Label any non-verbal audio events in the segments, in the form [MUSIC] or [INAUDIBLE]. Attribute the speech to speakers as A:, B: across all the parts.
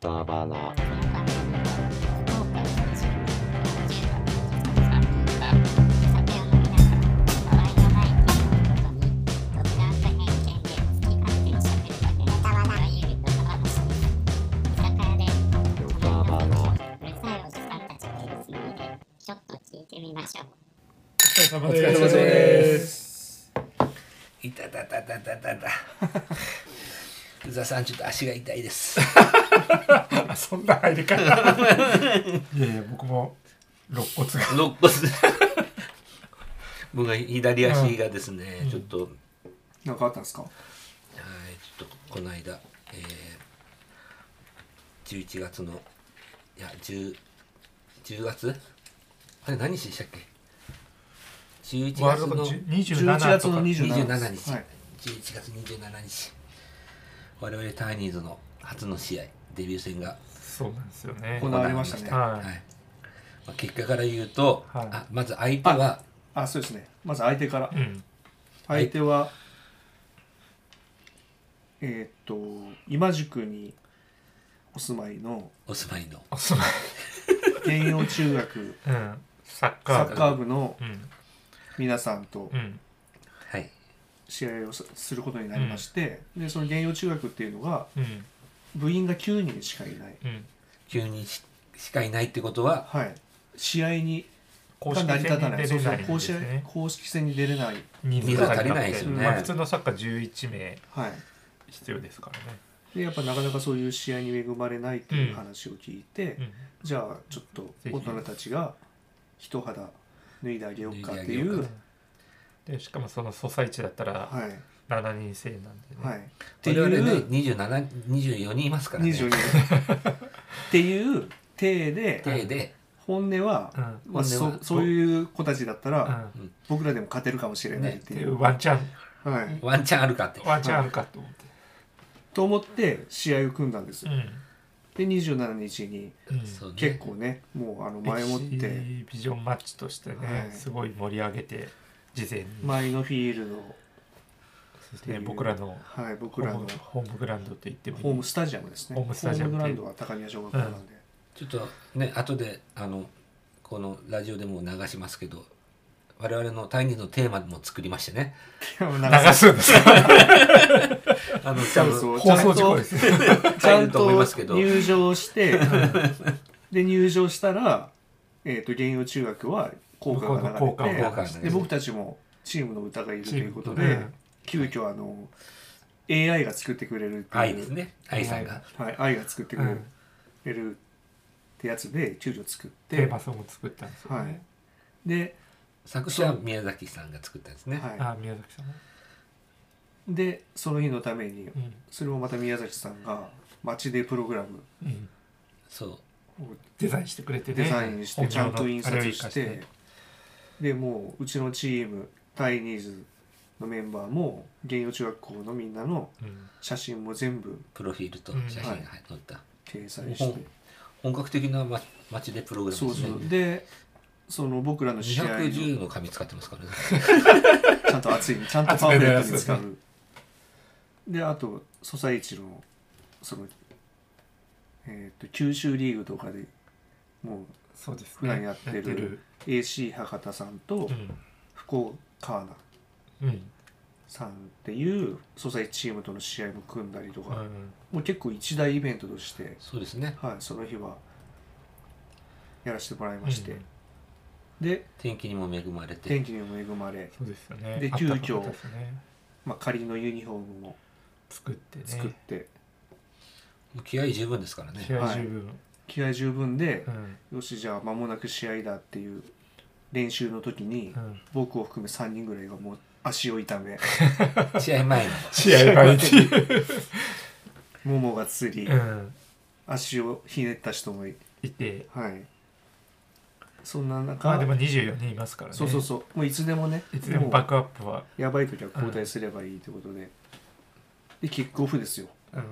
A: 歌花
B: ちょっ
A: 歌花
B: と聞いてみましょう。
C: お
D: お疲れ様
C: で。
D: ですす。いたたたたたたた。宇佐さん、ちょっと足が痛いです。
C: あそんな入り方。 [LAUGHS] いやいや僕も肋骨が。
D: 肋骨。僕は左足がですね、ちょっと、はい、
E: なんかあったんですか
D: ちょっとこの間、えー、11月の、いや、10、10月あれ、何日でしたっけ ?11
C: ワールド
D: 月
C: カッ
D: の
C: プ
E: 11
C: 27
E: 月
C: とか
E: の27
D: 27日、
E: はい
D: 11月27日、我々タイニーズの初の試合、デビュー戦が
C: そうなんですよね
E: 行。われましたね
D: は
C: はいい。
D: まあ、結果から言うと、
C: はい
D: あまず相手は
E: あそうですねまず相手から
C: うん。
E: 相手は、えーっと今宿にお住まいの
D: お住まいの
C: お住まい。
E: 玄陽中学
C: うん。サッカ
E: サ
C: ー
E: ッ
C: 部。
E: カー部の
C: うん。
E: 皆さんと
C: うん。
D: はい
E: 試合をすすることになりまして、でその玄陽中学っていうのが
C: うん。
E: 部員が9人しかいない、
C: うん。
D: 9人ししかいないってことは
E: はい、試合に
C: 公
E: が
C: 式戦に
E: 成り立たない
C: 出
E: そう
C: れ
E: そ
C: な
E: う
C: いん
E: 公
C: です
E: 式
C: ね。
E: 公式戦に出れない、
C: 人
D: 数が足りないですよね
C: まあ普通のサッカー11名
E: はい、
C: 必要ですからね。
E: でやっぱなかなかそういう試合に恵まれないっていう話を聞いて、
C: うん。
E: じゃあちょっと大人たちが一肌脱いであげようかってい
D: 脱
E: う
D: い
C: でしかもその素材値だったら
E: はい
C: 7人制なんでね。
E: はいって
D: 我
E: い
D: 々ね
E: う
D: 27 24人いますからね
E: 22っていう体で
D: 手で
E: 本音は、
C: うん。
E: ま
D: 本
E: あ、
D: 音
E: そ
D: は
E: そういう子たちだった
C: う
E: ら
C: ん。
E: 僕らでも勝てるかもしれないっ
C: って
E: てい、
C: いううワンチャン
E: はい、
D: ワンチャンあるかって
C: ワンチャンあるかと思って。
E: と思って試合を組んだんですよ
C: う
E: で27日に
C: ん。うん
D: そうね
E: 結構ねもうあの前もって
C: エキシビジョンマッチとしてね、
E: はい
C: すごい盛り上げて事前に、
E: 前のフィール
C: そうですね僕らの
E: ド、はい、
C: ホ
E: 僕ら
C: ー
E: の
C: ムホームグラウンドと言ってもいい
E: ホームスタジアムですね
C: ホームスタジアム
E: ホームグラウンドは高宮小学校なんで、
D: ちょっとね後であのこのラジオでも流しますけど我々の第二のテーマも作りましてね
E: [LAUGHS]
C: 流すんですか
D: あの
E: そう [LAUGHS] そう
C: 放送事故ですね
E: ちゃ
D: 入
E: ん
D: ると思い
E: と
D: ますけど
E: 入場 [LAUGHS] してで入場したら、えー、と現用中学は校歌が
C: 校歌
E: 流れ
D: 校歌が流れ
E: て
D: て
E: で僕たちもチームの歌がいるということで、
C: チームのね
E: 急遽あの AI が作ってくれるっていう
D: 愛ですね愛さんが
E: はい、AI が作ってく
C: うん
E: れるってやつで急遽作っ
C: テ
E: て
C: ー、マソング作ったんですよね、
E: はいで,、
D: 作詞は宮崎さんが作ったんですね
E: は
C: あ宮崎さんも、
E: い、でその日のために
C: うん
E: それもまた宮崎さんが街でプログラム
C: うん、
D: そう
E: を
C: デザインしてくれてね
E: デザインして
C: 本
E: ちゃ
C: 業
E: んと印
C: のあれを生
E: 刷し
C: か
E: てでもううちのチームタイニーズのメンバーも現用中学校のみんなの
C: うん
E: 写真も全部
D: プロフィールと写真が載った、
E: 掲載して
D: 本格的なま街でプログラム
E: そう
D: です
E: そ
D: ね
E: うでその僕らの試合のち
D: 210の紙使ってます
E: [LAUGHS]
D: からね
E: ゃんと熱いちゃんとパーフェクトに使うであとソサイチのそのえーと九州リーグとかでも
C: そうです
E: 普段やってる
C: やってる、
E: う AC 博多さんと福岡アナ
C: うんうん
E: さんっていうソサイチームとの試合も組んだりとか、
C: うん、
E: もう結構一大イベントとして、
D: そうですね
E: はい、その日はやらせてもらいまして、
C: うん
E: で
D: 天気にも恵まれて
E: 天気にも恵まれ、
C: そうですよね
E: で
C: あったかかった
E: 急遽
C: ですね
E: まあ、仮のユニフォームも
C: 作ってね
E: 作って、
D: 気合十分ですからね
C: 気合十分、
E: 気合十分で
C: う、ん
E: よしじゃあ間もなく試合だっていう練習の時に、
C: うん、
E: 僕を含め3人ぐらいがもう足を痛
C: [LAUGHS]
E: め
D: 試合
E: [LAUGHS]
D: 前の
C: 試合前に、
E: ももがつり、
C: うん、
E: 足をひねった人もい
C: いて
E: はいそんな中、
C: まあでも24人いますからね
E: そうそうそうもういつでもね
C: いつでも
E: う
C: バックアップは、
E: やばい時は交代すればいいってことで、でキックオフですよ
C: うん、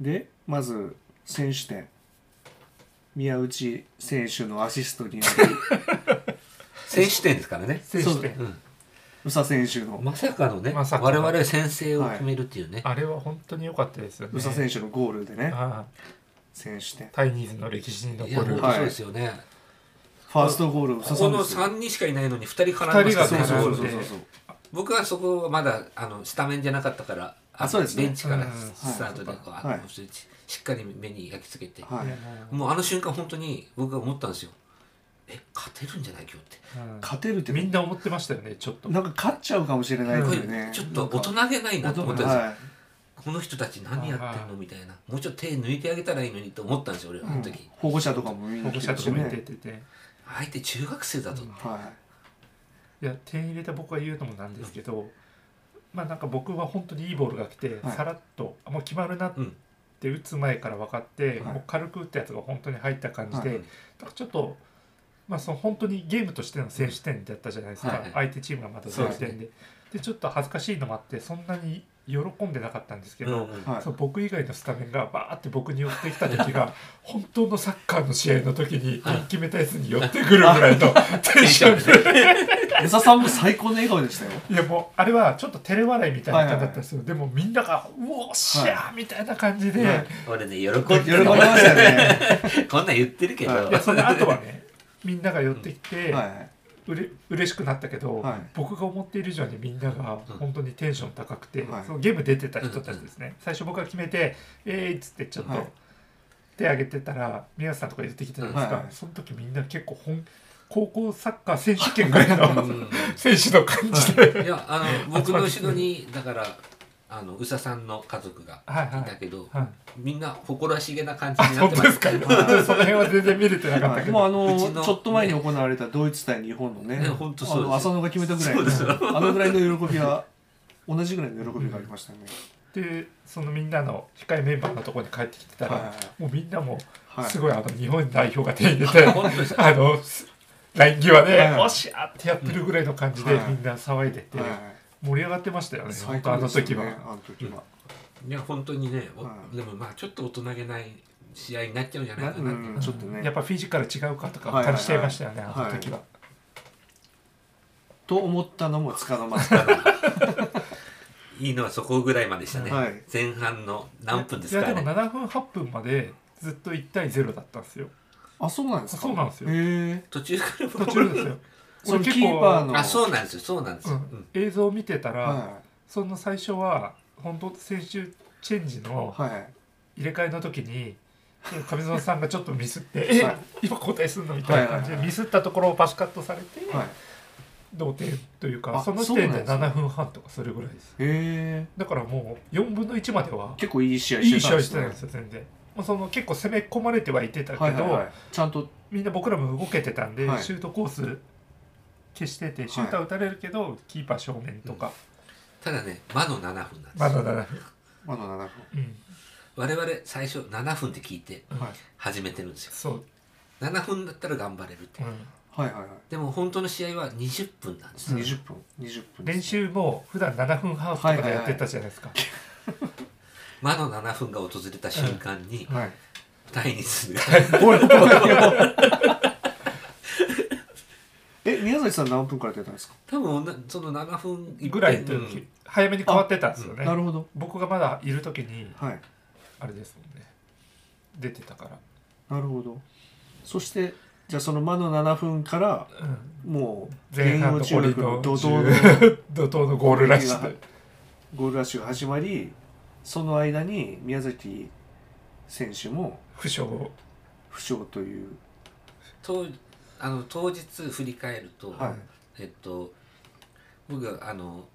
E: でまず選手点宮内
D: [LAUGHS]
E: 選手のアシストにより
D: 選手点ですからね
C: 選手
E: そう
C: 権
D: うん
E: 宇佐選手の
D: まさかのね、
C: まさか
D: 我
C: の
D: 々先制を決めるっていうね、
C: あれは本当に良かったですよね。
E: 宇佐選手のゴールでね
C: ああ
E: 選手で
C: タイニーズの歴史に
D: いや
C: 残
D: 本
C: る。
D: 当そうですよね、
E: ファーストゴール宇
D: こ
E: 佐
D: こ
E: 選
D: の
E: 手
D: 3人しかいないのに2人絡みまし
E: そ
D: た
E: う
D: ね
E: そう
C: 二人が絡ん
E: そうそう
C: で
E: そうそう
D: 僕はそこはまだあのスタメンじゃなかったから
E: あそうですね
D: ベンチから
C: うん
D: スタートでこう、
E: はい
D: あのししっかり目に焼き付けて、
E: はい
D: もうあの瞬間本当に僕は思ったんですよえ勝てるんじゃない今日って、
C: うん
E: 勝てるって
C: みんな思ってましたよね、ちょっと。
E: なんか勝っちゃうかもしれないですよ
D: こ
E: ね
D: れちょっと大人げないなと思ったんですよ、
E: は
D: この人たち何やってんのみたいなもうちょっと手抜いてあげたらいいのにと思ったんですよ俺はあの時、
E: い保護者とかも見に
C: 保
E: 来
C: 護
E: て
C: 者
E: ま
C: と
E: し
C: か
E: た
C: も出
E: ね
C: てて。
D: 相手中学生だと、
E: はい
C: や点入れた僕が言うのもなんですけど、まあなんか僕は本当にいいボールが来て、
E: はい
C: さらっとあもう決まるなっ
D: うん
C: て打つ前から分かって、
E: はい
C: もう軽く打ったやつが本当に入った感じで、
E: は
C: だからちょっと、まあ、その本当にゲームとしての選手点だったじゃないですか、
D: はい
C: 相手チームがまた選手
D: そうで
C: 点で,、でちょっと恥ずかしいのもあってそんなに喜んでなかったんですけ
D: うん
C: ど、
D: うん
E: いはい
C: その僕以外のスタメンがバーって僕に寄ってきた時が本当のサッカーの試合の時に
D: はい
C: 決めたやつに寄ってくるぐらいのテンションで。
E: はい宇佐さんも最高の笑顔でしたよ
C: いやもうあれはちょっと照れ笑いみたいな感じだったんですよ、でもみんなが「うおっしゃー!」みたいな感じで、い、
D: 俺ね喜ん
E: 喜
D: でる
E: びましたよね
D: こんなん言ってるけど、
E: はい
C: やその後はねみんなが寄ってきて、
E: は
C: うれ嬉しくなったけど、
E: はい
C: 僕が思っている以上にみんなが
D: うん
C: 本当にテンション高くて、
E: はい
C: そのゲーム出てた人たちですね、最初僕が決めて「えー」っつってちょっと
E: はい
C: 手挙げてたら宮瀬さんとか言ってきたじゃないですか、
E: はい
C: その時みんな結構本高校サッカー選手権ぐらいの
D: うん
C: 選手の感じで、
D: いやあの僕の後ろにだからあの宇佐さんの家族が
C: はい
D: い
C: は
D: たけど、
C: い、はい
D: みんな誇らしげな感じ
C: あ
D: になっ
C: 本
D: て
C: 当
D: ま
C: ですすか、その辺は全然見れてなかった
E: は
C: け
E: い、
C: ど、
E: もうあの
D: うちの
E: ちょっと前に行われたドイツ対日本のね
D: ね本当そうです
E: あの浅野が決めたぐらいの
D: そうです
E: あのぐらいの喜びは同じぐらいの喜びがありましたね、
C: でそのみんなの控えメンバーのところに帰ってきてたら、
E: はいはいは
C: もうみんなも
E: はい
C: すごいあの日本代表が手に入れ
E: [LAUGHS]
C: て、 [LAUGHS] あのライン際で、
E: はいはい
C: おっしゃーってやってるぐらいの感じで、
E: はい
C: みんな騒いでて、
E: はい
C: 盛り上がってましたよね、
E: 最
C: 本
E: 高
C: 当あの
E: でした
C: 時
E: よ
C: は、
E: ねあの時は、
D: いや本当にね、お
E: はい
D: でもまあちょっと大人げない試合になっちゃうんじゃない
E: な
D: かなって、
E: うんちょっとね
C: やっぱフィジカル違うかとか
E: はいはいはい
C: 感じちゃいましたよね、あの時は、
E: と思ったのもつかの [LAUGHS] 間はい
D: いのはそこぐらいまでしたね、
E: はい
D: 前半の何分です
C: い
D: か
C: や
D: ね
C: でも7分8分までずっと1対0だったんですよ
E: あそうなんですか
C: そうなんですよ
E: へえ
D: 途中から
C: 途中ですよ
E: そのキーパーの
D: あそうなんですよそうなんです
C: う
D: よ、
C: ん映像を見てたら、
E: は
C: その最初は本当選手チェンジの
E: いはい
C: 入れ替えの時に上園さんがちょっとミス
E: [LAUGHS]
C: って「
E: はい
C: え今交代するの?」みたいな感じで
E: はいはいはい
C: ミスったところをパスカットされて
E: はい
C: 同点というか
E: あ
C: その時点
E: そうなん
C: で
E: ですね
C: 7分半とかそれぐらいです
E: へえ
C: だからもう4分の1までは
E: 結構いい試合
C: いい
E: して
C: 試
E: たん
C: 合
E: で
C: して
E: す
C: た
E: ね
C: んですよ全然もうその結構攻め込まれてはいてたけど、
E: はいはいはいちゃんと
C: みんな僕らも動けてたんで、
E: はい
C: シュートコース消しててシューター打たれるけど、キーパー正面とか、
D: ただね魔の7分なんですよ、
C: まだ7分、
E: まだ7分
C: うん
D: 我々最初7分って聞いて
E: はい
D: 始めてるんですよ
C: そう、
D: 7分だったら頑張れるって
C: うん
E: はいはいはい
D: でも本当の試合は20分なんですよ
E: 20分20分です
C: 練習も普段7分ハーフとかでやってたじゃないですか、
D: 魔の7分が訪れた瞬間に
E: はい
D: 第2数
C: [LAUGHS]
D: が
E: おいおいおい [LAUGHS] え宮崎さん何分から出たんですか
D: 多分同じその7分一遍
C: ぐらいの
D: うん
C: 時、早めに変わってたんですよね、
E: なるほど
C: 僕がまだいる時に
E: はい
C: あれですもんね出てたから、
E: なるほどそしてじゃあその間の7分から
C: うん
E: もう
C: 前半の
E: 中
C: 残り
E: 学の
C: の
E: 怒
C: 10
E: 涛の
C: 怒涛のゴールラッシ
E: ゴー
C: ュ
E: ル
C: で
E: ゴールラッシュが始まりその間に宮崎選手も
C: 負傷を
E: 負傷という
D: 当あの当日振り返ると、
E: はい
D: えっと僕があの、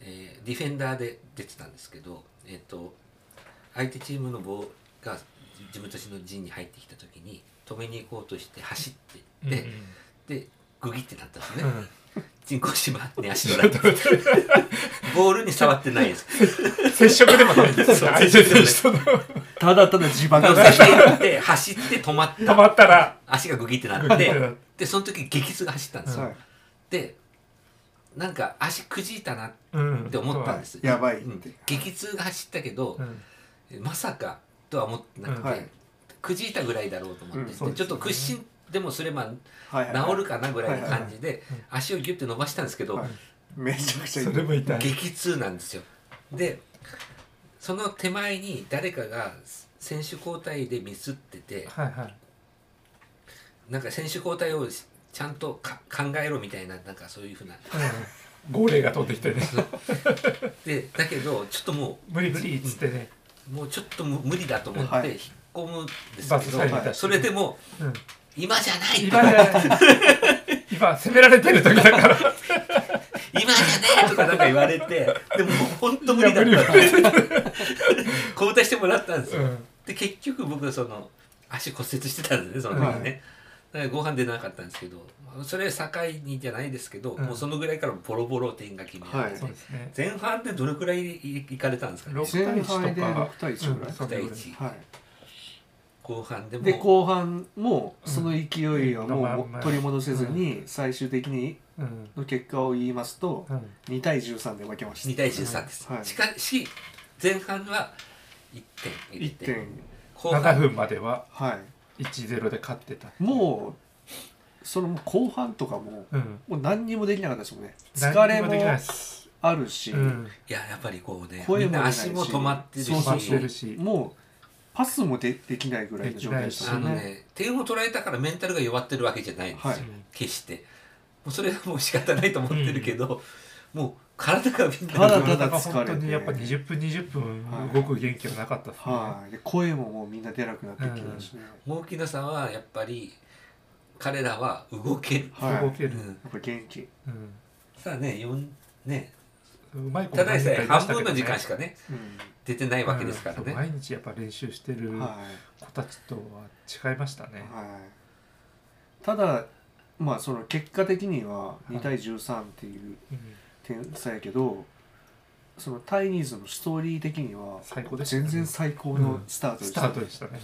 D: えーディフェンダーで出てたんですけど、えっと、相手チームの棒が自分たちの陣に入ってきた時に止めに行こうとして走ってって、でグギってなったんですね。
C: うん
D: 人工 [LAUGHS] 芝に足取られてボールに触ってない [LAUGHS] です
C: 接触でもないんです
D: そう
C: よ相手選手との
E: ただただ自爆
D: 先に行 [LAUGHS] って走って止まっ
C: 止
D: た
C: まったら
D: 足がグギってな
C: グ
D: っ
C: ギ
D: て
C: ってなって
D: でその時激痛が走ったんですよ、
E: はい
D: でなんか足くじいたなっ
C: うん
D: て思ったんです、
E: はいやばいって
D: うん激痛が走ったけど
C: う、ん
D: まさかとは思ってなくて、
C: うん
E: はい
D: くじいたぐらいだろうと思って、
E: うん
D: で
C: そうです
D: ちょ
C: よね
D: っと屈伸でもすれば
E: はいはいはい
D: 治るかなぐらいの感じで
C: いはい
D: 足をギュッて伸ばしたんですけど、
E: はいめちゃくちゃ
C: それも痛い
D: 激痛なんですよでその手前に誰かが選手交代でミスってて
C: はいはい
D: なんか選手交代をしちゃんとか考えろみたいななんかそういうふうな
C: うん号令が飛んできてね
D: でだけどちょっとも
C: 無理無理っつってね、
D: うもうちょっともう無理だと思っ
E: はい
D: て引っ込むんです
C: バス
D: け
C: サイン
D: ど、
C: に出して
D: それでも
C: うん、
D: 今じゃない
C: 今今責められてる時だから
D: 今じゃねえとかなんか言われてでも本当無理だったんで交代してもらったんですよ、
C: うん
D: で結局僕その足骨折してたんですねその時ね、だからご飯出なかったんですけどそれ境にじゃないですけど、
C: うん
D: もうそのぐらいからボロボロ点が決められて、
C: そうですね
D: 前半でどれくらいいいかれたんですかね
C: 六
E: 前半で6対1ぐらい、
C: うん
D: 対一
E: は
D: 後半で
E: い、
D: も
E: で後半もその勢いをも
C: うん
E: う取り戻せずに最終的に
C: うん
E: の結果を言いますと
C: うん
E: 2対13で負けまし
D: 2
E: た
D: 対13です、
E: はい
D: しかし前半は1点入
E: 1
D: れて
E: 点
D: 後半
C: 7分までは
E: は
C: 1-0で勝ってた
E: いもうその後半とかも
C: うん
E: もう何にもできなかったですもんね疲
C: 何に
E: れ
C: もできないで
E: も
C: す
E: あるし、
C: うん
D: いややっぱりこうね
E: 声
D: み
E: も
D: ん
E: 出
D: な
E: ないし
D: 足も止まってるし
E: そうそう
C: してるし
E: もうパスもでできないぐらいの状態でした
D: あ
E: よ
D: の
E: ね
D: ね点を取られたからメンタルが弱ってるわけじゃないんですよ、
E: はい
D: 決してもうそれはもう仕方ないと思ってるけど、もう体がみん
E: た
D: な
E: だただ疲れて
C: 本当にやっぱ20分20分動く元気はなかったですね、
E: はい、で声ももうみんな出なくなってきましたね、
D: 大きなさはやっぱり彼らは動ける、
E: はい
C: 動
E: や
C: ける、
D: うん
E: っぱ元気、
C: うん
D: さあね四ね
C: うまい子
D: ただでさ
C: 何
D: え
C: 人かいま
D: 半
C: したけ
D: 分
C: ど
D: の
C: ね
D: 時間しかね
E: うん
D: 出てないわけですから
C: うんそう
D: ね、
C: 毎日やっぱ練習してる
E: は
C: 子たちとは違いました
E: い、
C: ね。
E: はい、ただまあその結果的にはい2対13っていう
C: うん
E: 点差やけど、そのタイニーズのストーリー的には
C: 最高でしたね
E: 全然最高のスタートで
C: ス
E: した
C: タ
E: ね、
C: ートでしたね。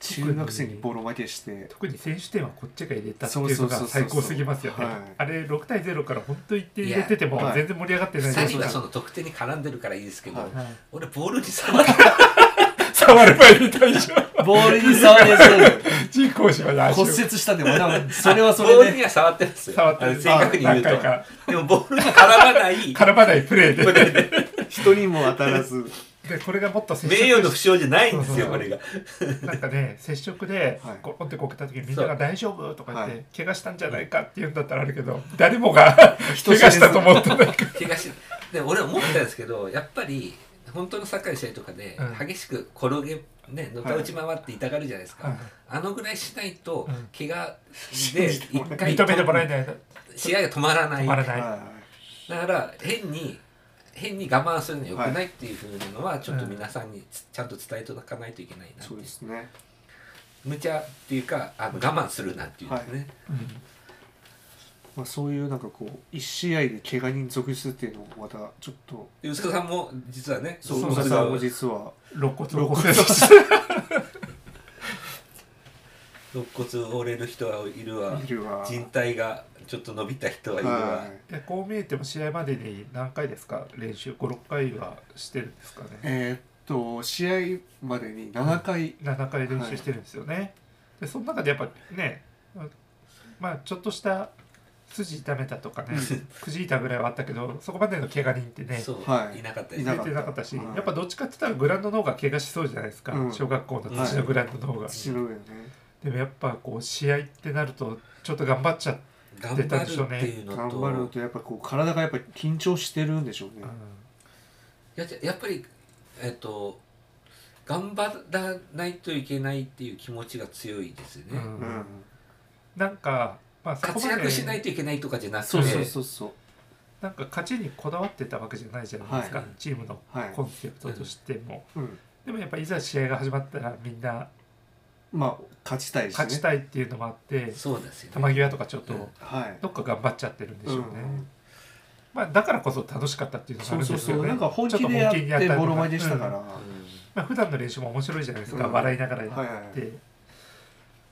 E: 中学生にボロ負けして
C: 特に選手点はこっちが入れたっていう
E: そ
C: の
E: うそう
C: が
E: そうそう
C: 最高すぎますよね
E: はい。
C: あれ6対0から本当1点入れてても
E: いやはい
C: 全然盛り上がってない
D: 2
C: です
D: 人
C: か
D: が
C: ら
D: その得点に絡んでるからいいですけど、
E: はい
C: はい
D: 俺ボールに触る
C: [LAUGHS] 触ればいい対象。
E: ボールに触
C: [LAUGHS]
E: れず
C: 人工芝で足を
E: 骨折したでもなそれはそ
D: ボー
E: れ
D: ル
E: で
C: [LAUGHS]
D: には触ってますよ
C: 触ってる
D: あの正確に言うと
C: 何回か
D: でもボールに絡まない
C: [LAUGHS] 絡まないプレーで。
E: 人にも当たらず、
C: でこれがもっと接触
D: 名誉の負傷じゃないんです
C: そうそう
D: よこれが
C: なんかね接触で
E: はい
C: こうってこけた時にみんなが「大丈夫?」とか言って、
E: は
C: 怪我したんじゃないかって言うんだったらあるけど誰もが [LAUGHS] 怪我したと思ってないから
D: 怪我しで俺思ったんですけどやっぱり本当のサッカーの試合とかで
C: うん
D: 激しく転げねのた打ち回って痛がるじゃないですか、
C: はい
D: あのぐらいしないと
C: うん
D: 怪我
E: 信
D: で
E: じて
D: 一
E: もらえ
D: 回
C: 認めてもらえない
D: 試合が止まらない
C: 止まらない、
E: は
D: だから変に変に我慢するのよくないっていうふうなのはちょっと皆さんにつちゃんと伝えておかないといけない
E: い、
D: なって
E: そ
D: いうう
E: ですね
D: 無茶っていうかあの我慢するなっていうね、
E: はいまあ、そういうなんかこう1試合で怪我人続出っていうのもまたちょっと
D: で薄田さんも実はね
E: そう
C: そう
E: 小田さんも実は
C: 肋骨
E: 肋
C: を
E: 骨
C: 骨
E: を
C: 折
D: 肋骨折れる人はいるわ
E: いるわ
D: 人体がちょっと伸びた人はいるわ、
E: はい
C: いやこう見えても試合までに何回ですか練習56回はしてるんですかね
E: えーっと試合までに7回、
C: 7回練習してるんですよね、でその中でやっぱねまあちょっとした筋痛めたとかねくじ痛ぐらいはあったけどそこまでの怪我人ってね
D: そう、
E: はい
D: い、なかったです
E: いな
D: ね
E: か
C: 出てなかったし、
E: はい
C: やっぱどっちかって言ったらグラウンドの方が怪我しそうじゃないですか、
E: うん
C: 小学校の土のグラウンドの方が、
E: 土の上のね
C: でもやっぱこう試合ってなるとちょっと頑張っちゃって、
D: 頑
C: 出た
D: 張
C: でしょう
D: る
C: ね
D: っていうのと
E: 頑張るのとやっぱこう体がやっぱり緊張してるんでしょうね、
D: やっちゃやっぱりえっ、と頑張らないといけないっていう気持ちが強いですね、
C: うん
E: う
C: うん
E: ん
C: なんか、まあ、そこ
D: 活
C: まで
D: 躍しないといけないとかじゃなくて
E: そうそうそうそう
C: なんか勝ちにこだわってたわけじゃないじゃないですか、
D: はい
C: チームの
E: はい
C: コンセプトとしても、
E: うん、
C: でもやっぱいざ試合が始まったらみんな
E: まあ勝ちたいしね
C: 勝ちたいっていうのもあって
D: そうですよ
C: 球
D: ね
C: 際とかちょっ
D: うん
C: と
E: はい
C: どっか頑張っちゃってるんでしょうね、
E: うん
C: まあ、だからこそ楽しかったっていうのがあ
E: そ
C: る
E: うんそう
C: です
E: そ
C: よ
E: う
C: ね
E: なんか本気でやってボロ負けした
C: ちょ
E: か、
C: っと本気にやったりとま
E: ら、
C: あ、普段の練習も面白いじゃないですか、
E: うん
C: 笑いながらやって、
E: はいはいはい
D: う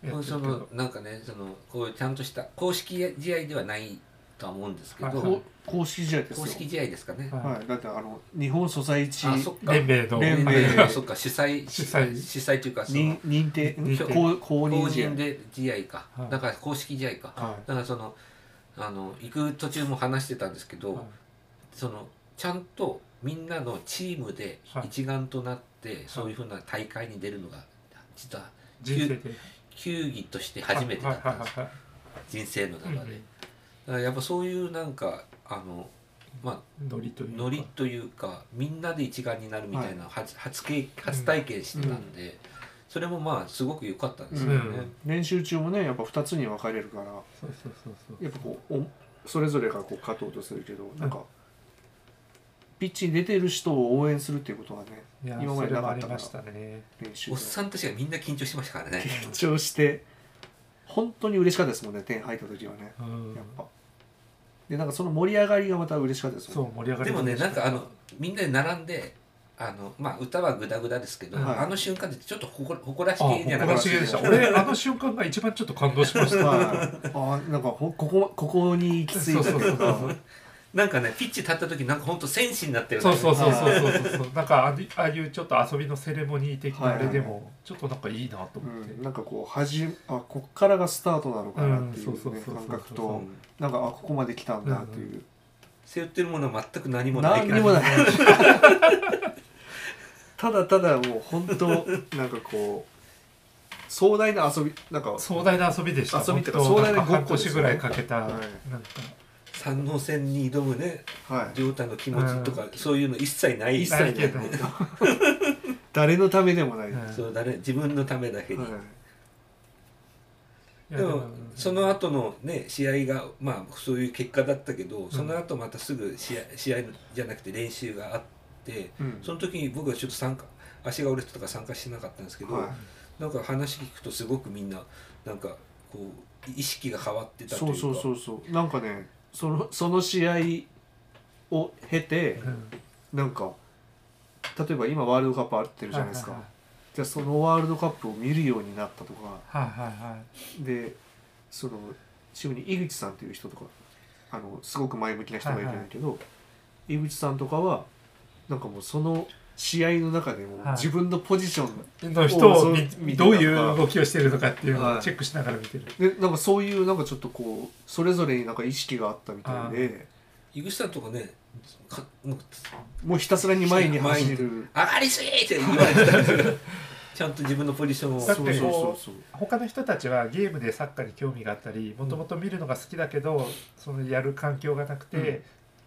C: や
D: ん
C: って
D: そ
C: るけ
D: の
C: ど
D: なんかねそのこういうちゃんとした公式試合ではないとは思うんですけ
C: はい
D: ど、
E: こう公式試合ですよ
D: 公式試合ですかね、
C: はい
E: はい、だってあの日本ソサイチ
D: あそっか
C: 連盟の
E: 連盟
D: あそっか主催
C: 主催
D: 主催というかそ
E: 認
D: の
E: 認定
C: 認定
E: 公公
D: 公
E: 認試合
D: 認で試合か、
C: はい
D: だから公式試合か、
E: はい
D: だからそのあの行く途中も話してたんですけど、
C: はい
D: そのちゃんとみんなのチームで
C: はい
D: 一丸となって、そういうふうな大会に出るのが実は
C: 人生で
D: 球技として初めてだったんです、
C: はいはい
D: 人生の中
C: はい
D: で、
C: はい
D: だからやっぱそういうなんかあのまあ
C: うんノリというか
D: ノリというかみんなで一丸になるみたいな初,、初経初体験してたんで、それもまあすごく良かったんですよね、
C: うん
E: 練習中もねやっぱ2つに分かれるから
C: そうそうそうそう
E: やっぱこうおそれぞれがこう勝とうとするけどなんかピッチに出てる人を応援するっていうことはね
C: いや
E: 今まで
C: それ
E: な
C: もあ
E: かっ
C: り
E: たか
C: ま
E: ら
C: したね
E: 練習
D: お
E: で
D: っさんたちがみんな緊張してましたからね
C: [LAUGHS]
E: 緊張して本当に嬉しかったですもんね点入った時はね
C: うん
E: やっぱでなんかその盛り上がりがまた嬉しかったです
C: そ
E: もん
C: う盛り上がり
D: でもね
C: ました
D: なんかあのみんなで並んであの、まあ、歌はグダグダですけど、
E: はい
D: あの瞬間ってちょっと誇ら誇らし
C: あ
D: げじゃ
C: 誇
D: なから
E: [LAUGHS]
D: った
C: し
D: で
C: げ
D: す
C: でした
D: か
C: 俺あの瞬間が一番ちょっと感動しました
E: はいあーなんかほここここに行き着いたと
C: そうそ
E: いう
C: うそうそ
E: か
C: う
D: なんかねピッチ立った時なんか本当戦士になってる
C: そうそうそうそうそうそうそうなんかありああいうちょっと遊びのセレモニー的なあれで
E: はい
C: もちょっとなんかいいなと
E: う
C: 思って、
E: ん、なんかこう始めあこっからがスタートなのかなって
C: う
E: い
C: んそう
E: う
C: そう
E: ね
C: そうそう
E: 感覚
C: そう
E: となんかあここまで来たんだっていう、
D: 背負ってるものは全く何もない
E: 何
D: け
E: に
D: ど
E: もないただただもう本
C: [LAUGHS]
E: 当なんかこう壮大な遊びなんか
C: 壮大な遊びでした
E: 遊びっていうか
C: 本当
E: 壮大なごっ
C: 半
E: こです
C: 年
E: よ
C: ぐらいかけた、
E: はい
C: なんか
D: 三能戦に挑むね
E: はい
D: 亮太の気持ちとかそういうの一切ない
E: 一切
C: け
E: ね
C: ど
E: 誰のためでもない、
C: うん
E: は
D: [LAUGHS]
E: い
D: そう誰自分のためだけに、
C: いや
D: でもその後のね試合がまあそういう結果だったけどその後またすぐ試合試合じゃなくて練習があって
E: うん
D: その時に僕はちょっと参加足が折れてたから参加してなかったんですけど、
E: はい
D: なんか話聞くとすごくみんななんかこう意識が変わってたという
E: そう
D: か
E: そうそうそうなんかねそのその試合を経て
C: うん
E: なんか例えば今ワールドカップあってるじゃないですか、
C: はい
E: じゃあそのワールドカップを見るようになったとか
C: はいはい
E: でそのチームに井口さんっていう人とかあのすごく前向きな人がいるんだけど、井口さんとかはなんかもうその試合の中でも
C: はい
E: 自分のポジション、
C: の人を
E: そう
C: 見
E: 見てた
C: どういう動きをしてるのかっていうのを
E: はい
C: チェックしながら見てる、
E: でなんかそういうなんかちょっとこうそれぞれになんか意識があったみたいで
D: 井口さんとかねかもう
E: もうひたすらに前に走
D: 前
E: る。
D: 上がりすぎって言われてたんです
E: [LAUGHS]
D: けどちゃんと自分のポジションを
C: だっ
E: そうそう
C: て
E: そ
C: こ
E: うそう
C: う他の人たちはゲームでサッカーに興味があったりもともと見るのが好きだけどそのやる環境がなくて、
E: うん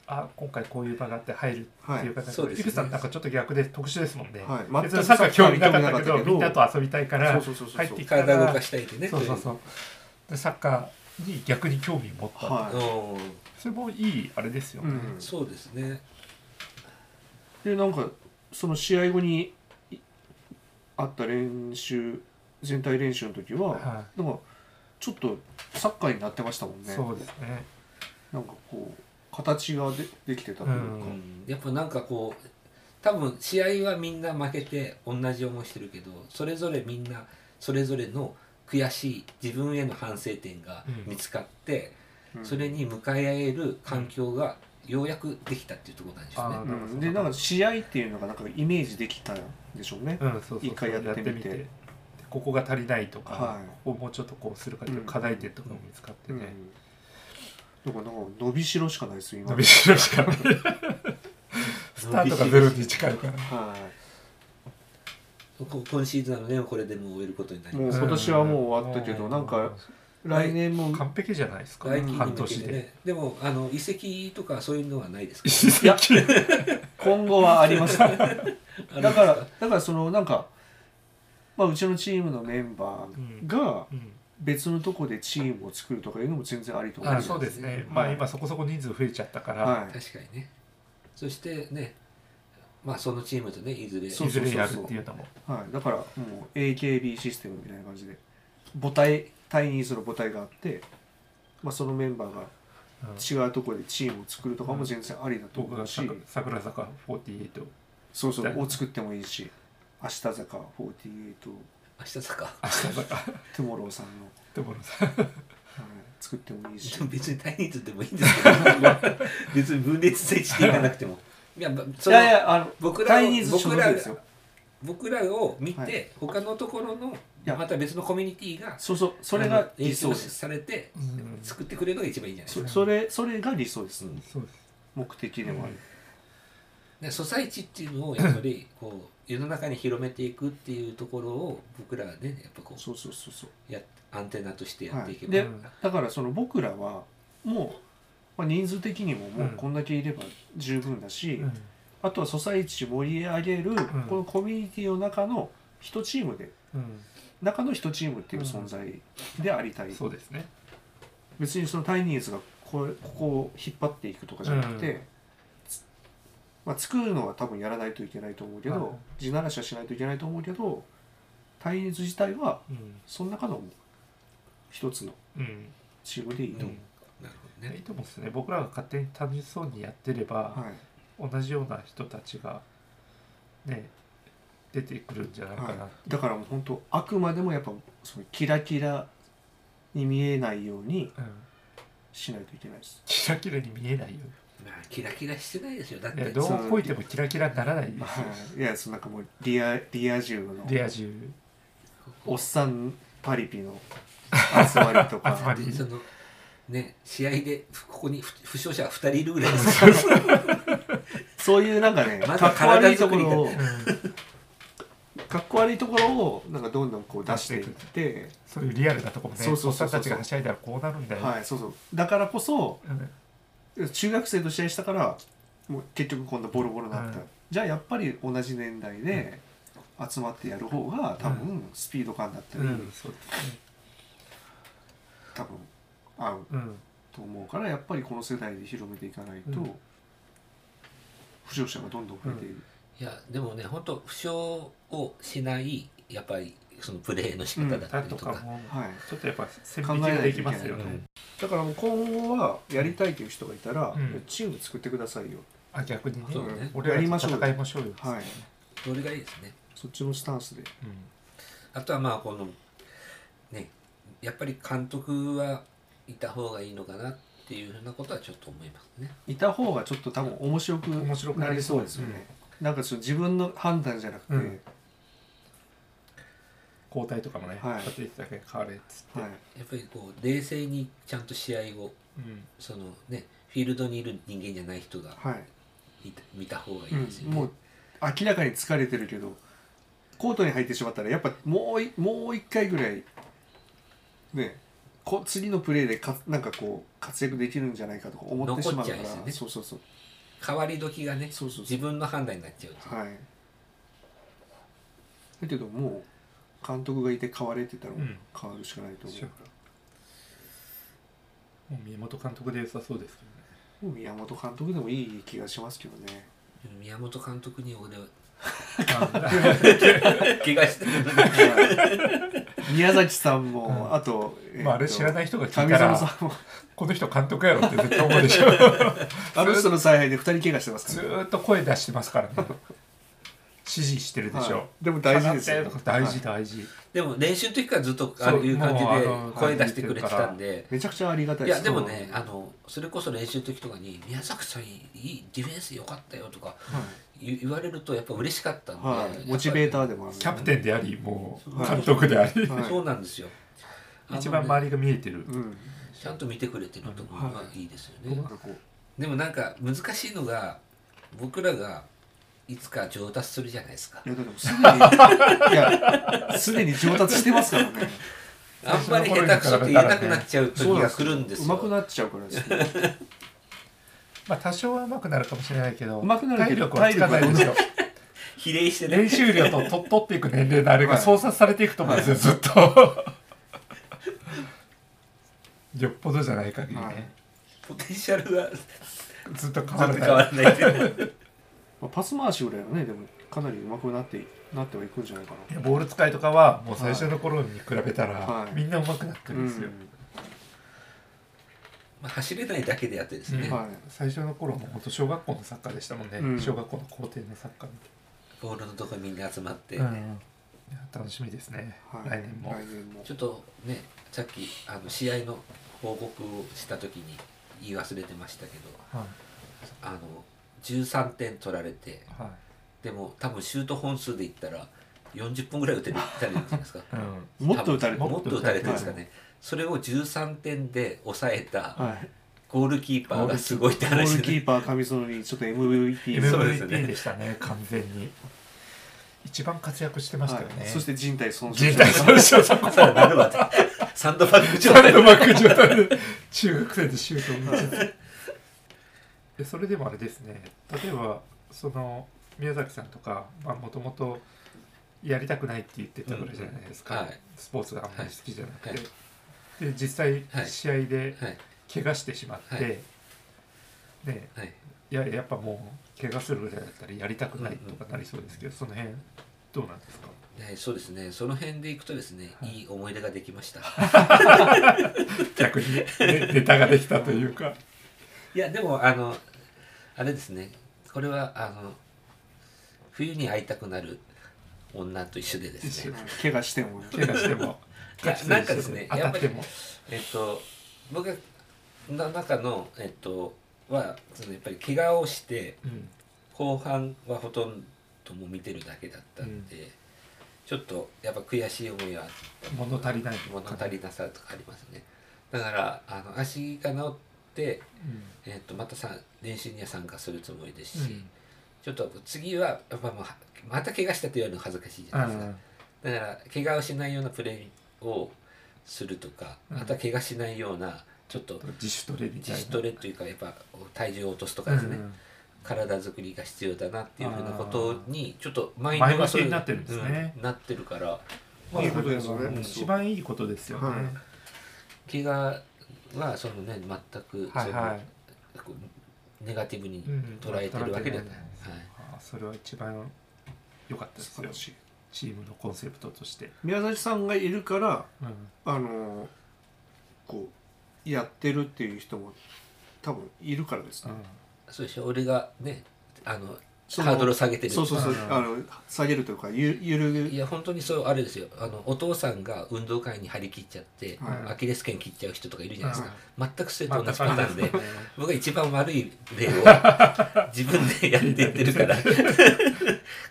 C: あ今回こういう場があって入るっていう
D: はい
C: 形
D: そう
C: で
D: です
C: 井
D: ね
C: 口さんなんかちょっと逆で特殊ですもんね、
E: はい
C: 別にサッカー興味なかったけど
E: 全く
C: みんなと遊びたいから
E: そうそうそうそう
C: 入ってきた
D: 体を動
C: ら
D: かしたいってね
C: そうそうそうでサッカーに逆に興味を持った、
E: は
D: うん
C: それもいいあれですよ
E: い、う
C: ね、
E: ん、
D: そうですね
E: でなんかその試合後にいあった練習全体練習の時は、
C: は
E: なんかちょっとサッカーになってましたもん
C: い
E: ね
C: そうですね
E: なんかこう形がでできてたというか、
C: うん
D: やっぱなんかこう多分試合はみんな負けて同じ思いしてるけどそれぞれみんなそれぞれの悔しい自分への反省点が見つかって、
E: うん
D: それに向かい合える環境がようやくできたっていうところなんでしょうね
C: あ
E: う。んでなんか試合っていうのがなんかイメージできたんでしょうね、
C: うん、そうそうそう
E: 一回やってみて
C: でここが足りないとか、
E: はい
C: ここをもうちょっとこうするかっていう課題点とかも見つかって
E: うん
C: ね、
E: だからなんか伸びしろしかないですよ今
C: 伸びしろしかないスタートがゼロに近いから
E: は
D: [LAUGHS] こ今シーズンのねこれでもう終えることになり
E: い、も
D: ま
E: う
D: す。
E: 今年はもう終わったけど、
C: う
E: なんか来年も、
C: 完璧じゃないですか
D: 来季に向
C: 半
D: け
C: 年
D: て
C: で
D: ね。でもあの移籍とかそういうのはないですか。
C: [LAUGHS]
E: いや今後はありますね
D: あるんで
E: だ
D: す
E: からだからそのなんか、まあ、うちのチームのメンバーが
C: うん
E: 別のとこでチームを作るとかいうのも全然ありと思
C: あ
E: う
C: そうですね、
E: うん
C: まあ今そこそこ人数増えちゃったから、
E: は
D: 確かにね。そしてね、まあそのチームとねいずれ
E: そう
C: いずれやるっていうのも
E: い、はい、だからもう AKB システムみたいな感じで母体単にその母体があって、まあ、そのメンバーが
C: うん
E: 違うとこでチームを作るとかも全然ありだと
C: 僕
E: 思
C: が
E: うし、
C: 桜坂48を
E: そうそうを作ってもいいし明日坂48
D: 明日坂。
C: 明日坂
E: トゥモローさんの、
C: ところさ
E: はい作ってもいいし
D: でも別に大人数でもいいんですけど別に分裂せしていかなくてもいやま
E: い
D: その
E: やいやあの
D: 僕らを
E: 単人数所
D: 僕
E: 属
D: ら
E: ですよ
D: が僕らを見て、
E: はい
D: 他のところの
E: や
D: また別のコミュニティが
E: そうそうそれ
D: あの
E: が
D: 影
E: 理想
D: 響
E: です
D: されて
C: うん
D: 作ってくれるのが一番いいんじゃないです
E: そ
D: か
E: それそれが理想です、
D: うん
C: そうです
E: 目的でもある、
D: でソサイチっていうのをやっぱりこう世の中に広めていくっていうところを僕らはねやっぱこ
E: そうそうそうそう
D: うやアンテナとしてやっていけば、
E: で
C: うん
E: だからその僕らはもう、まあ、人数的にももうこんだけいれば十分だし、
C: うん
E: あとはソサイチ盛り上げる、このコミュニティの中の一チームで
C: うん
E: 中の一チームっていう存在でありたい、
C: そうですね
E: 別にそのタイニーズがこれここを引っ張っていくとかじゃなくて、
C: うん
E: つまあ、作るのは多分やらないといけないと思うけど、
C: はい
E: 地ならしはしないといけないと思うけどタイニーズ自体は
C: うん
E: その中の一つの
C: うん
E: チームでいいと思
D: なるほど
C: いい
D: ね
C: と思うんですね僕らが勝手に楽しそうにやってれば、
E: う、はい
C: 同じような人たちがね出てくるんじゃないかな、
E: はい、だからもう本当あくまでもやっぱそのキラキラに見えないように
C: うん、
E: しないといけないです。
C: キラキラに見えないよ
D: まあキラキラしてないですよだっ
C: いや
D: て
C: どうこいてもキラキラにならないですよ [LAUGHS]
E: はい、いやそのなんかもうリアリア充の
C: リア充
E: おっさんパリピの集まりと
C: [LAUGHS]
E: か
C: 集まり
D: でそのね試合でふここにふ負傷者が2人いるぐらいですから
E: そういうなんかね
D: まず
E: かっこ悪いところ
D: 体
E: を
D: 作
C: うん
E: かっこ悪いところをなんかどんどんこう出していって、
C: そういうリアルなとこもね
E: そうそうそ
C: お
E: うそう
C: っさんたちがはしゃいだらこうなるんだよ、
E: はい、そうそうだからこそ
C: うん
E: 中学生と試合したからもう結局こんなボロボロになった、
C: うん
E: じゃあやっぱり同じ年代で集まってやる方が多分スピード感だったり、
C: うんそうですね
E: 多分合う
C: うん
E: と思うからやっぱりこの世代で広めていかないと、
C: うん
E: 負傷者がどんどん増えている、
D: いやでもね本当負傷をしないやっぱりそのプレーの仕方だった
C: だ
D: り
C: と
D: と
C: か
D: か,、
C: も
E: はい
C: ちょっとやっぱ線引きができますよ
E: 考えないといけない
C: ね
E: だからもう今後はやりたいという人がいたら、
C: うん
E: チーム作ってくださいよ、
C: あ逆にね
D: そうね
C: 俺ら
E: や
C: と
E: りましょうよ
C: 戦いましょうよ、
E: はい、
D: それがいいですね
E: そっちのスタンスで
C: うん
D: あとはまあこのねやっぱり監督はいた方がいいのかなっていうふうなことはちょっと思いますね。
E: いた方がちょっと多分面白く
C: 面白く
E: な
C: な
E: り
C: り
E: そ
C: そうう
E: で
C: ですす
E: よね、なんかその自分の判断じゃなくて、
C: うん交代とかもね、
E: はい
C: 立ててだけ変われっつって、
E: はい、
D: やっぱりこう冷静にちゃんと試合を
C: うん
D: そのねフィールドにいる人間じゃない人が
E: はい
D: いた見た方がいいです
E: うん、
D: よね。
E: もう明らかに疲れてるけどコートに入ってしまったらやっぱもういもう一回ぐらいねこ次のプレーでかなんかこう活躍できるんじゃないかとか思ってしまうから
D: 残っちゃうんですよね
E: そうそうそう
D: 変わり時がね
E: そうそうそ
D: 自分の判断になっちゃうと。
E: うはいだけどもう監督がいて変われって言ったらもう変わるしかないと思うから、
C: もう宮本監督で良さそうですけどね
E: もう宮本監督でもいい気がしますけどね
D: 宮本監督に俺
C: [LAUGHS]
D: は
C: あ
D: 怪我してるのに
E: 宮崎さんも、
C: うん
E: あと,、 [LAUGHS] えーと
C: まあ、あれ知らない人が聞い
E: 上
C: た
E: 園
C: ら
E: さんも
C: この人監督やろって絶対思うでしょ
E: あの人の采配で2人怪我してます
C: ず
E: から、ね、
C: ーっと声出してます
E: [LAUGHS]
C: からね指示してるでしょ、
E: はいでも大事ですよ
C: 下がってとか大
E: はい
C: 事大事、
D: でも練習の時からずっとああいう感じ
C: そうもう
D: で
C: あの
D: 声出してくれてたんで。
E: めちゃくちゃありがたい
D: いやでもね
E: うん
D: あのそれこそ練習の時とかに「宮崎さんいいディフェンス良かったよ」とか言言われるとやっぱ嬉しかったんで、
E: はい、モチベーター
D: で、
E: でもある、
C: キャプテンでありも
E: は
C: う
E: い
C: 監督であり、
E: はい
D: そうなんですよあのね
C: 一番周りが見えてる、
E: うん、
D: ちゃんと見てくれてると思うのがいいですよね、
E: なんかこう
D: でもなんか難しいのが僕らがいつか上達するじゃないですか
E: いやだってもうすでにいやすでに上達してますからね
D: あんまり下手くそって言えなくなっちゃう時が来るんです
E: うま
D: よ
E: くなっちゃうからですね
C: まあ多少は上手くなるかもしれないけど
E: 上手くなるけ
C: 体
E: ど
C: 力はつかないですよ
D: 比例してね
C: 練習量とと取っていく年齢のあれ
E: は
C: が
E: い
C: 操作されていくと思うんですよ、ずっと [LAUGHS] よっぽどじゃない限りね、
E: はい
D: ポテンシャルがず
C: ずっと変
D: っ
C: わらな
D: と
C: い
D: 変わらないっていう
E: まあ、パス回しぐらいはねでもかなりうまくなってなってはいくんじゃないか
C: いやボール使いとかはもう最初の頃に比べたら、
E: はい
C: みんな上手くなってる
E: な、
C: んですよ、
D: まあ走れないだけでやってですね、
C: うん
E: は
C: 最初の頃はもうほんと小学校のサッカーでしたもんね、
E: うん
C: 小学校の校庭のサッカーみ
D: ボールのとこにみんな集まって、
C: たいな、うんいや楽しみですね、
E: い、はい、
C: 来年も
E: 来年も
D: ちょっとねさっきあの試合の報告をした時に言い忘れてましたけど
C: はい
D: あの13点取られて
C: は
D: でも多分シュート本数で言ったら40本ぐらい打てる打たれるんじゃないですか
C: い、うん
E: もっと打たれて
D: 多分
E: る
D: もっと打たれてるんですかね、それを13点で抑えた
E: はい
D: ゴールキーパーがすごいって
E: ゴー
D: 話
E: ルキ
D: で
E: ーパー神園にちょっと MVP
D: そう
C: MVP でしたね完全に一番活躍してましたよね、
E: はいそして人体損傷
C: 人体損傷そこ
D: [LAUGHS] さらなるわサンドバッグ状
C: サン
D: 態
C: ドバッグ状態で中学生でシュートを打つでそれでもあれですね例えばその宮崎さんとかもともとやりたくないって言ってたぐらいじゃないですか、
D: はい
C: スポーツがあんまり好きじゃなくて、
D: はい
C: で実際
D: はい
C: 試合で
D: はい
C: 怪我してしまって、
D: はい
C: ね
D: はい
C: いややっぱもう怪我するぐらいだったらやりたくないとかなりそうですけど、その辺どうなんですか
D: ねそうですねその辺でいくとですね、い、い思い出ができました
C: 逆に、ね、ネタができたというか、
D: いやでもあのあれですねこれはあの冬に会いたくなる女と一緒でですね
E: 怪我して
D: [LAUGHS]
E: も
C: 怪我しても
D: いやなんかですね
C: 当たっても
D: えっと僕の中のえっとはそのやっぱり怪我をして
C: うん
D: 後半はほとんどもう見てるだけだったんで、ちょっとやっぱ悔しい思いは
C: 物足りない
D: 物足りなさとかありますねだからあの足が治って、えっとまたさ練習には参加するつもりですし、ちょっと次はやっぱもうはまた怪我したというの恥ずかしいじゃないですか、だから怪我をしないようなプレーをするとか、
C: うん
D: また怪我しないようなちょっと
C: うん自主トレみたい
D: 自
C: な
D: 主トレというかやっぱ体重を落とすとかですね、
C: うん
D: 体作りが必要だなっていうふうなことにちょっとマ
C: 前向きになってるんですね
D: うんなってるから
E: いいことですよ
C: うん
E: ね
C: 一番いいことですよね、
E: はい
D: 怪我はそのね全くそ
C: はい
D: の、
C: はい
D: こうネガティブに
C: うん
D: 捉えてるわけではない、
C: あーそれは一番良かったですよチームのコンセプトとして、
E: 宮崎さんがいるから
C: うん
E: あのーこうやってるっていう人も多分いるからですね、
D: そうでしょ俺がねあの
E: その
D: ハードルを下げてる
E: そうそうそう、
C: うん
E: あの下げるというかゆゆる
D: いや本当にそうあれですよあのお父さんが運動会に張り切っちゃって、
E: はい
D: アキレス腱切っちゃう人とかいるじゃないですか、全くそれ
C: まあ
D: と同じパターンで、
C: だからね
D: 僕が一番悪い
E: [LAUGHS]
D: 例を自分でやっていってるから [LAUGHS]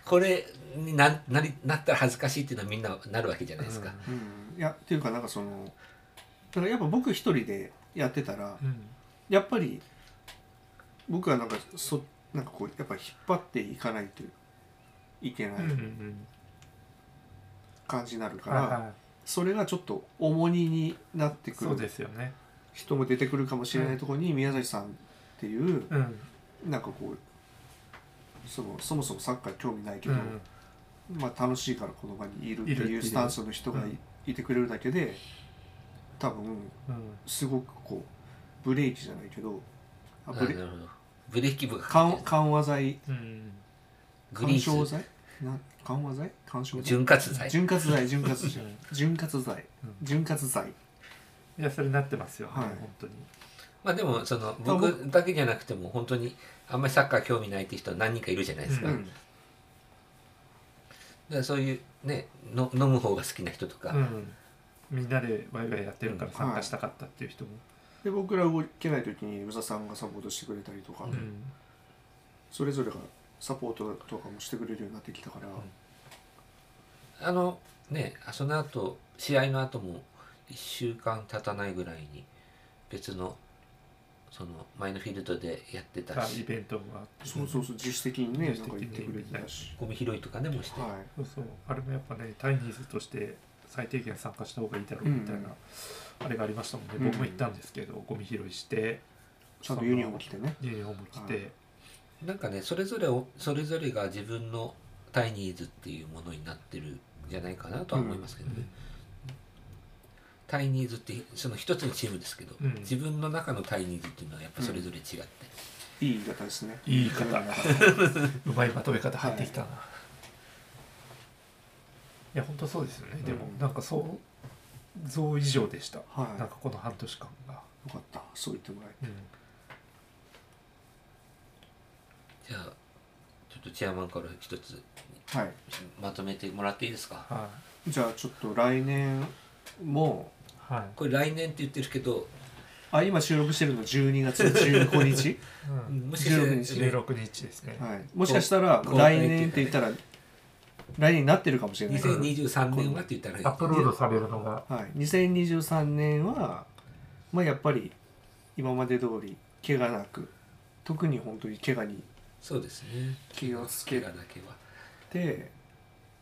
D: これにななりなったら恥ずかしいっていうのはみんななるわけじゃないですか、
E: うんいやっていうかなんかそのだからやっぱ僕一人でやってたら
C: うん
E: やっぱり僕はなんかそなんかこうやっぱ引っ張っていかないといけない
C: うんうん
E: 感じになる
C: う
E: か
C: ん
E: ら、
C: はいはい
E: それがちょっと重荷になってく
C: そう
E: る
C: ですよね、
E: 人も出てくるかもしれないところに宮崎さんっていう
C: うん
E: なんかこうそのそもそもサッカー興味ないけ
C: う
E: ど、
C: ん
E: まあ、楽しいからこの場にいるって
C: いるって
E: い
C: いう
E: うスタンスの人がい,、
C: うん
E: てくれるだけで多分
C: うん
E: すごくこうブレーキじゃないけどあ
D: あ
E: ブレ
D: なるほどブレーキ部が
E: 緩緩和剤
C: うん
D: グリ
E: 緩衝
D: ーズ
E: 剤な緩和剤緩衝剤
D: 潤滑剤
E: 潤滑剤潤滑剤
C: うん
E: 潤滑剤
C: うん
E: 潤滑剤
C: いやそれなってますよ、ね
E: はい
C: 本当に
D: まあでもその
E: 多分
D: 僕だけじゃなくても本当にあんまりサッカー興味ないって人は何人かいるじゃないですか,、
E: う
D: だか
E: ん
D: らそういうねの飲む方が好きな人とか、
C: うん、みんなでワイワイやってるから
E: うん
C: 参加したかったっていう人も、
E: で僕ら動けない時に宇佐さんがサポートしてくれたりとか、
C: うん
E: それぞれがサポートとかもしてくれるようになってきたから、
D: あのねあその後試合の後も1週間経たないぐらいに別のその前のフィールドでやってた
C: がイ
D: し
C: ベントがあって
E: そうそうそう自主的にね
C: 自
E: なん
C: 主
E: か
C: 的
E: 言っ
C: に
E: てくれてたし、
D: ゴミ拾いとかねもして、
E: は
C: そうそうあれもやっぱねタイニーズとして最低限参加した方がいいだろうみたいな、
E: うん
C: あれがありましたもんね、
E: うん
C: 僕も行ったんですけどゴミ拾いして
E: い、ちゃんとユニフォーム着てね
C: ユニフォーム着て、
E: は
D: なんかねそれぞれをそれぞれが自分のタイニーズっていうものになってるんじゃないかなとは思いますけどね、
C: うん
D: タイニーズってその一つのチームですけど、
C: うん
D: 自分の中のタイニーズっていうのはやっぱそれぞれ違って、
E: いい言い方ですね
C: いい言い方うまいまとめ方入ってきたな、い、や本当そうですよね、でも
E: うん
C: なんか想像以上でした、
E: はい
C: なんかこの半年間が、
E: よかったそう言ってもらえて
C: うん
D: じゃあちょっとチェアマンから一つ
E: はい
D: まとめてもらっていいですか
C: は
E: じゃあちょっと来年も
C: いはい
D: これ来年って言ってるけど
E: あ今収録してるの12月15日
C: うん
D: もしかして
E: 16日
D: ね
C: 16日ですね、
E: はいもしかしたら来年って言ったら来年になってるかもしれないから
D: 2023年はって言ったら
C: アップロードされるのが
E: はい、2023年は、まあ、やっぱり今まで通り怪我なく特に本当に怪我に
D: そうですね
E: 気をつけ
D: 怪我だけは
E: で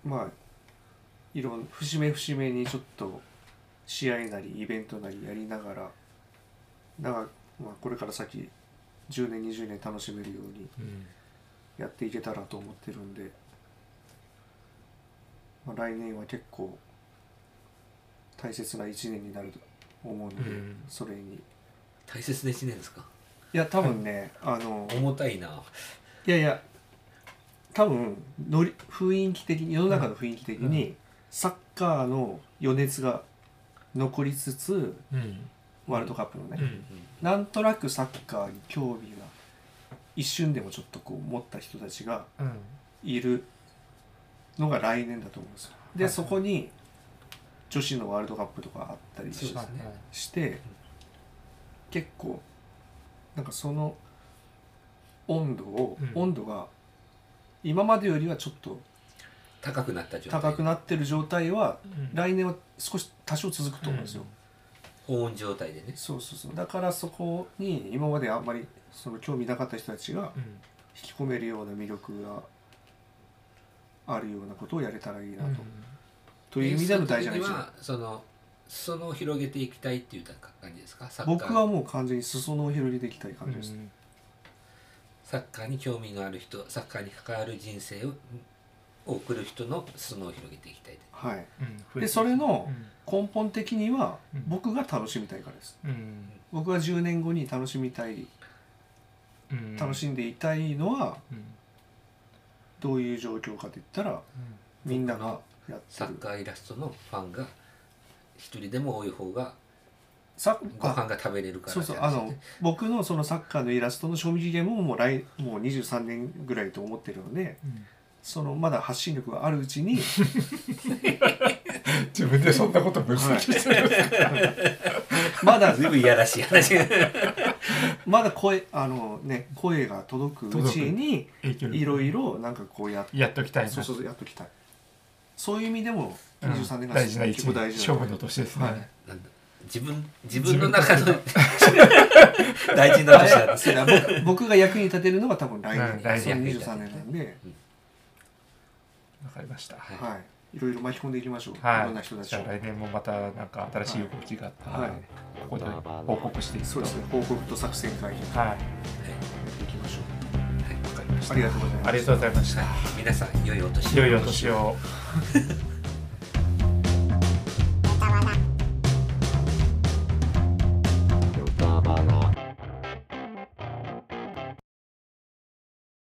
E: まあいろん節目節目にちょっと試合なりイベントなりやりながら長く、まあ、これから先10年20年楽しめるように
C: うん
E: やっていけたらと思ってるんで、まあ、来年は結構大切な1年になると思うので、
C: うん
E: それにい
D: 大切な一年ですか
E: や多分ね、あの
D: 重たいない
E: やいや多分のり雰囲気的に世の中の雰囲気的に、サッカーの余熱が残りつつ
C: うん
E: ワールドカップのね、
C: うん
E: なんとなくサッカーに興味が一瞬でもちょっとこう持った人たちが
C: うん
E: いるのが来年だと思うんですよ。で、
C: はい
E: そこに女子のワールドカップとかあったり
D: そうです
E: し
D: ね
C: はいはい
E: して結構なんかその温度を、
C: うん
E: 温度が今までよりはちょっと
D: 高くなった状態
E: 高くなってる状態は
C: うん
E: 来年は少し多少続くと思うんですよ。
D: 保温状態でね
E: そうそうそうだからそこに今まであんまりその興味なかった人たちが
C: うん
E: 引き込めるような魅力があるようなことをやれたらいいなと、という意味でも大事な一
D: でその時に
E: 年
D: はその裾野を広げていきたいっていう感じですかサッカー
E: 僕はもう完全に裾野を広げていきたい感じです、
C: うん
D: サッカーに興味のある人サッカーに関わる人生をを送る人の裾野を広げていきたい
E: はい
C: うん
E: でそれの
C: うん
E: 根本的には
C: うん
E: 僕が楽しみたいからです
C: うん
E: 僕が10年後に楽しみたい
C: うん
E: 楽しんでいたいのは
C: うん
E: どういう状況かといったら
C: うん
E: みんながやって
D: サ
E: る
D: ッカーイラストのファンが一人でも多い方が
E: サッ
D: ご
E: カー
D: 飯が食べれるから
E: そうそうあの僕のそのサッカーのイラストの賞味期限ももう来もう23年ぐらいと思ってるので
C: うん
E: そのまだ発信力があるうちに、
F: 自分でそんなこと分析してる、
E: ま
D: [LAUGHS]
E: だ
D: 随分いやらしい話
E: まだ声あのね声が届くうちに
C: 影響力
E: いろいろなんかこうやっ
C: やっときたいな
E: そうそうそうやっときたいそういう意味でも
C: うん
E: 23年が
C: 大事な一
E: 結構
C: 年
E: 大事
C: 勝
E: な
C: 負の年です
E: は
C: ね
E: い
D: なんだ自分自分の中の [LAUGHS] 大事な話なんです
E: だから僕 [LAUGHS] 僕が役に立てるのが多分来
C: うん
E: 年
C: 来年
E: 23年なんで、
C: わかりました
D: はい
E: はい、いろいろ巻き込んでいきましょう、
C: はい
E: ろんな人たち
C: じ
E: を
C: ゃあ来年もまたなんか新しい動きがあったら、
E: はい
C: ここで報告していくと
E: そうですね報告と作戦会議や
C: はいわ
E: っていきましょう
C: かりました
E: ありがとうございます
C: ありがとうございました
D: はい皆さん良いお年を
C: 良いお年を